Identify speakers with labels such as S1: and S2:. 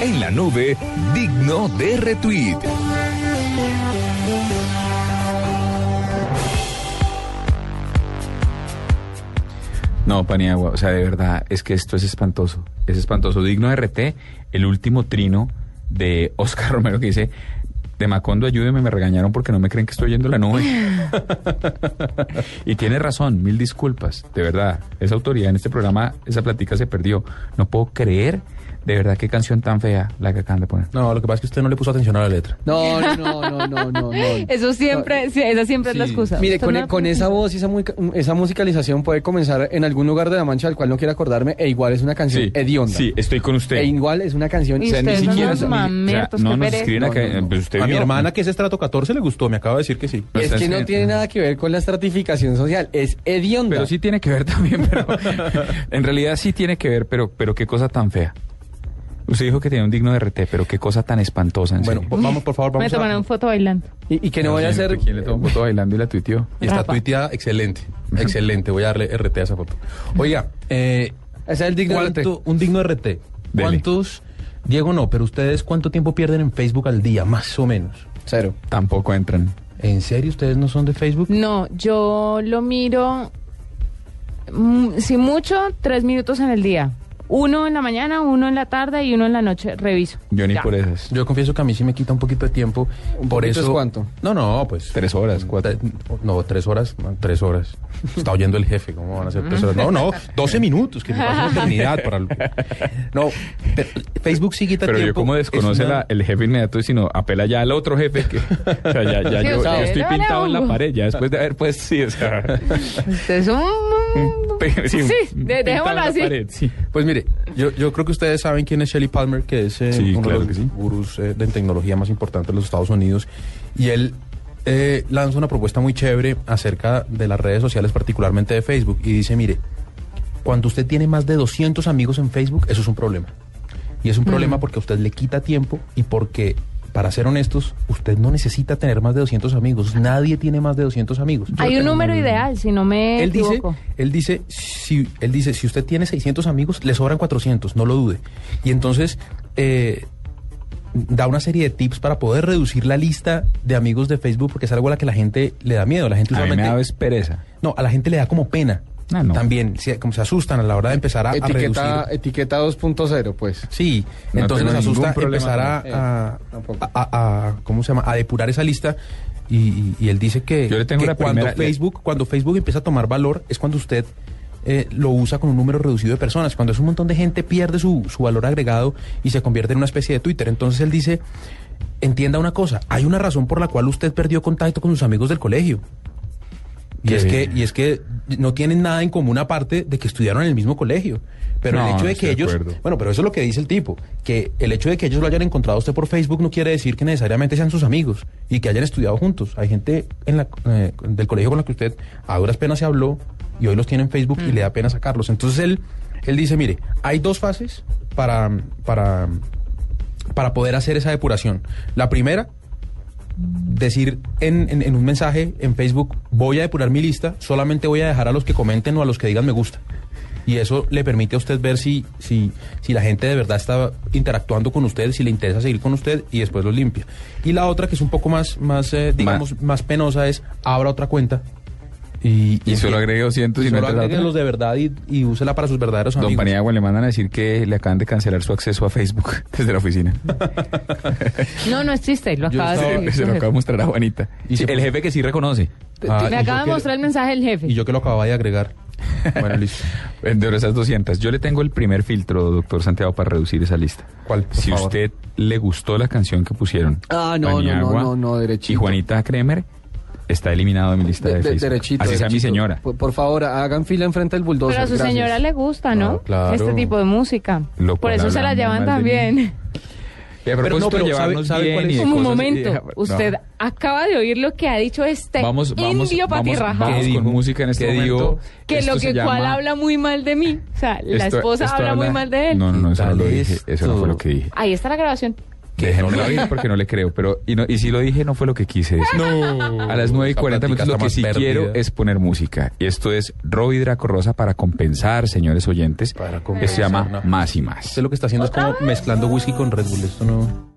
S1: en la nube, digno de retweet.
S2: No, Paniagua, o sea, de verdad, es que esto es espantoso. Es espantoso. Digno de RT, el último trino de Oscar Romero que dice, de Macondo, ayúdeme, me regañaron porque no me creen que estoy oyendo la nube. y tiene razón, mil disculpas, de verdad. Esa autoridad en este programa, esa plática se perdió. No puedo creer, de verdad, qué canción tan fea la que acaban de poner.
S3: No, lo que pasa es que usted no le puso atención a la letra.
S4: No, no, no, no, no, no. no.
S5: Eso siempre, sí, esa siempre es la
S3: Sí.
S5: excusa.
S4: Mire,
S5: Esto
S4: con, e-
S5: no
S4: con esa voz y esa, muica- esa musicalización puede comenzar en algún lugar de la mancha del cual no quiero acordarme, e igual es una canción
S2: Sí,
S4: hedionda.
S2: sí, estoy con usted.
S4: E igual es una canción
S5: Y
S2: O sea, ni
S5: ustedes son
S2: siquiera
S5: unos
S2: ni- o sea,
S5: mamertos,
S2: no
S5: qué
S2: nos
S5: pereza.
S2: escriben
S4: No,
S2: acá.
S4: no, no.
S2: pues usted
S3: a mi
S2: vio.
S3: hermana, que es estrato 14, le gustó, me acaba de decir que sí.
S2: No
S4: Es
S2: estás
S4: que no
S2: en-
S4: tiene nada que ver con la estratificación social, es hedionda.
S2: Pero sí tiene que ver también, pero en realidad sí tiene que ver, pero, pero qué cosa tan fea. Usted dijo que tenía un digno de RT, pero qué cosa tan espantosa. En
S3: Bueno,
S2: serio.
S3: po- vamos, por favor,
S5: Me
S3: vamos a...
S5: tomaron foto bailando.
S4: y, y que no vaya a
S2: ¿Quién-
S4: ser...
S2: ¿Quién le tomó foto bailando y la tuiteó?
S3: Y está
S5: Rafa.
S3: tuiteada, excelente, excelente. Voy a darle RT a esa foto. Oiga, eh,
S4: Ese es el digno de
S3: ¿cuánto- un digno RT. ¿Cuántos, Diego no, pero ustedes cuánto tiempo pierden en Facebook al día, más o menos?
S4: Cero.
S2: Tampoco entran.
S3: ¿En serio ustedes no son de Facebook?
S5: No, yo lo miro, mm, si mucho, tres minutos en el día. Uno en la mañana, uno en la tarde y uno en la noche. Reviso.
S2: Yo ni
S5: Ya.
S2: por esas.
S3: Yo confieso que a mí sí me quita un poquito de tiempo.
S4: ¿Un
S3: por
S4: poquito
S3: eso
S4: es cuánto?
S3: No, no, pues
S2: Tres horas, cuatro.
S3: Te- No, tres horas, no, tres horas. Está oyendo el jefe, ¿cómo van a ser tres horas? No, no, 12 minutos, que me pasa una eternidad para... el- No, pero Facebook sí quita
S2: Pero yo
S3: tiempo.
S2: como
S3: es
S2: desconoce
S3: una-
S2: la- el jefe inmediato, sino apela ya al otro jefe. Que, o sea, ya, ya
S5: Sí,
S2: yo, yo
S5: usted
S2: estoy
S5: no le
S2: pintado en la
S5: hongo.
S2: pared, ya después de haber pues sí, o sea...
S5: Usted es un...
S2: pe-
S5: Sí,
S2: un-
S5: de-
S2: pintado en
S5: dejémoslo
S2: la
S5: así.
S2: pared, sí.
S3: Pues mire, yo, yo creo que ustedes saben quién es Shelly Palmer, que es eh,
S2: Sí,
S3: uno
S2: claro
S3: de
S2: que
S3: los
S2: sí.
S3: gurús eh, de tecnología más importantes de los Estados Unidos. Y él eh, lanza una propuesta muy chévere acerca de las redes sociales, particularmente de Facebook, y dice, mire, cuando usted tiene más de 200 amigos en Facebook, eso es un problema. Y es un problema porque a usted le quita tiempo y porque, para ser honestos, usted no necesita tener más de 200 amigos. Nadie tiene más de 200 amigos. Yo
S5: Hay un
S3: tengo
S5: número ideal, si no me
S3: él dice,
S5: equivoco.
S3: él dice, si él dice, si usted tiene 600 amigos, le sobran 400, no lo dude. Y entonces eh, da una serie de tips para poder reducir la lista de amigos de Facebook porque es algo a la que la gente le da miedo, la gente
S2: A mí me
S3: usualmente
S2: da es pereza.
S3: no, a la gente le da como pena.
S2: Ah, no. E-
S3: También, se- como se asustan a la hora de empezar a, a
S4: Etiqueta,
S3: reducir.
S4: etiqueta 2.0, pues.
S3: Sí,
S2: No
S3: entonces
S2: tengo
S3: les asusta
S2: ningún problema
S3: empezar a,
S4: con eso.
S3: a-
S4: Eh, tampoco.
S3: a- a- a- ¿cómo se llama? A depurar esa lista. Y, y- y él dice que,
S2: Yo le tengo
S3: que
S2: una
S3: cuando
S2: primera-
S3: Facebook, cuando Facebook empieza a tomar valor, es cuando usted eh, lo usa con un número reducido de personas. Cuando es un montón de gente, pierde su, su valor agregado y se convierte en una especie de Twitter. Entonces él dice, entienda una cosa, hay una razón por la cual usted perdió contacto con sus amigos del colegio. Y
S2: Qué
S3: es, que,
S2: bien.
S3: y es que no tienen nada en común aparte de que estudiaron en el mismo colegio. Pero
S2: No,
S3: el hecho
S2: no
S3: de
S2: estoy
S3: que
S2: de
S3: ellos...
S2: acuerdo.
S3: Bueno, pero eso es lo que dice el tipo, que el hecho de que ellos lo hayan encontrado a usted por Facebook no quiere decir que necesariamente sean sus amigos y que hayan estudiado juntos. Hay gente en la, eh, del colegio con la que usted a duras penas se habló y hoy los tiene en Facebook y le da pena sacarlos. Entonces él, él dice, mire, hay dos fases para, para, para poder hacer esa depuración. La primera, decir en, en- en un mensaje en Facebook, voy a depurar mi lista, solamente voy a dejar a los que comenten o a los que digan me gusta. Y eso le permite a usted ver si, si, si la gente de verdad está interactuando con usted, si le interesa seguir con usted y después los limpia. Y la otra que es un poco más, más eh, digamos, más penosa es abra otra cuenta. Y,
S2: Y solo agregue 200 y no
S3: solo
S2: entra la
S3: agregue
S2: otra.
S3: los de verdad y, y úsela para sus verdaderos
S2: Don
S3: amigos.
S2: Paniagua le mandan a decir que le acaban de cancelar su acceso a Facebook desde la oficina.
S5: Ah, No, no existe, lo
S3: Yo
S5: acabas de
S3: estaba-
S5: escribir,
S2: Se lo
S5: jefe.
S2: acabo de mostrar a Juanita.
S3: Y
S2: Sí,
S3: se-
S2: el jefe que sí reconoce.
S3: Ah, y
S5: Me
S3: yo
S5: acaba de
S3: que-
S5: mostrar el mensaje del jefe.
S3: Y yo que lo acababa de agregar. Bueno, listo.
S2: De esas 200. Yo le tengo el primer filtro, doctor Santiago, para reducir esa lista.
S3: ¿Cuál, por
S2: si
S3: favor?
S2: usted le gustó la canción que pusieron.
S4: Ah, no, no,
S2: Paniagua
S4: no, no, no, derechito.
S2: Y Juanita Kremer está eliminado de mi lista de,
S4: De- de-
S2: Facebook.
S4: derechito,
S2: Así sea mi
S4: derechito.
S2: señora.
S4: Por, por favor, hagan fila enfrente del bulldozer.
S5: Pero a su
S4: gracias.
S5: señora le gusta, ¿no?
S3: Ah, claro.
S5: Este tipo de música.
S2: Lo
S5: Por
S2: cual
S5: eso se la
S2: habla
S5: llevan
S2: mal de mí.
S5: también.
S2: Y a propósito
S3: no, pero
S2: de
S3: ¿sabe-
S2: llevarnos
S3: sabe
S2: bien
S3: cuál
S2: y de
S3: es?
S5: Un
S2: cosas-
S5: momento,
S2: y de- no.
S5: usted acaba de oír lo que ha dicho este
S2: Vamos, vamos,
S5: indio
S2: vamos,
S5: patirrajado.
S2: vamos
S3: ¿Qué
S2: con
S3: dijo?
S2: música en este
S3: ¿Qué
S2: momento.
S3: dijo?
S5: que
S2: Esto
S5: lo
S2: se
S5: que cual
S2: llama-
S5: habla muy mal de mí. O sea, la
S2: Esto-
S5: esposa
S2: esto
S5: habla muy mal de él.
S2: No, no, no, eso no
S3: ¿Qué
S2: lo
S3: tal
S2: dije. Eso no
S3: esto?
S2: fue lo que dije.
S5: Ahí está la grabación.
S3: Que
S2: Déjenmelo
S3: no lo
S2: ir porque no le creo. Pero, y, no- y si lo dije, no fue lo que quise decir.
S3: No.
S2: A las 9 y
S3: Esta
S2: 40
S3: plática
S2: minutos lo
S3: está
S2: que
S3: más
S2: sí
S3: perdida.
S2: quiero es poner música. Y esto es Roy Draco Rosa para compensar, señores oyentes.
S3: Para
S2: que se
S3: compensar,
S2: llama
S3: no.
S2: Más y
S3: Usted
S2: Más.
S3: lo que está haciendo es como mezclando whisky con Red Bull. Esto no.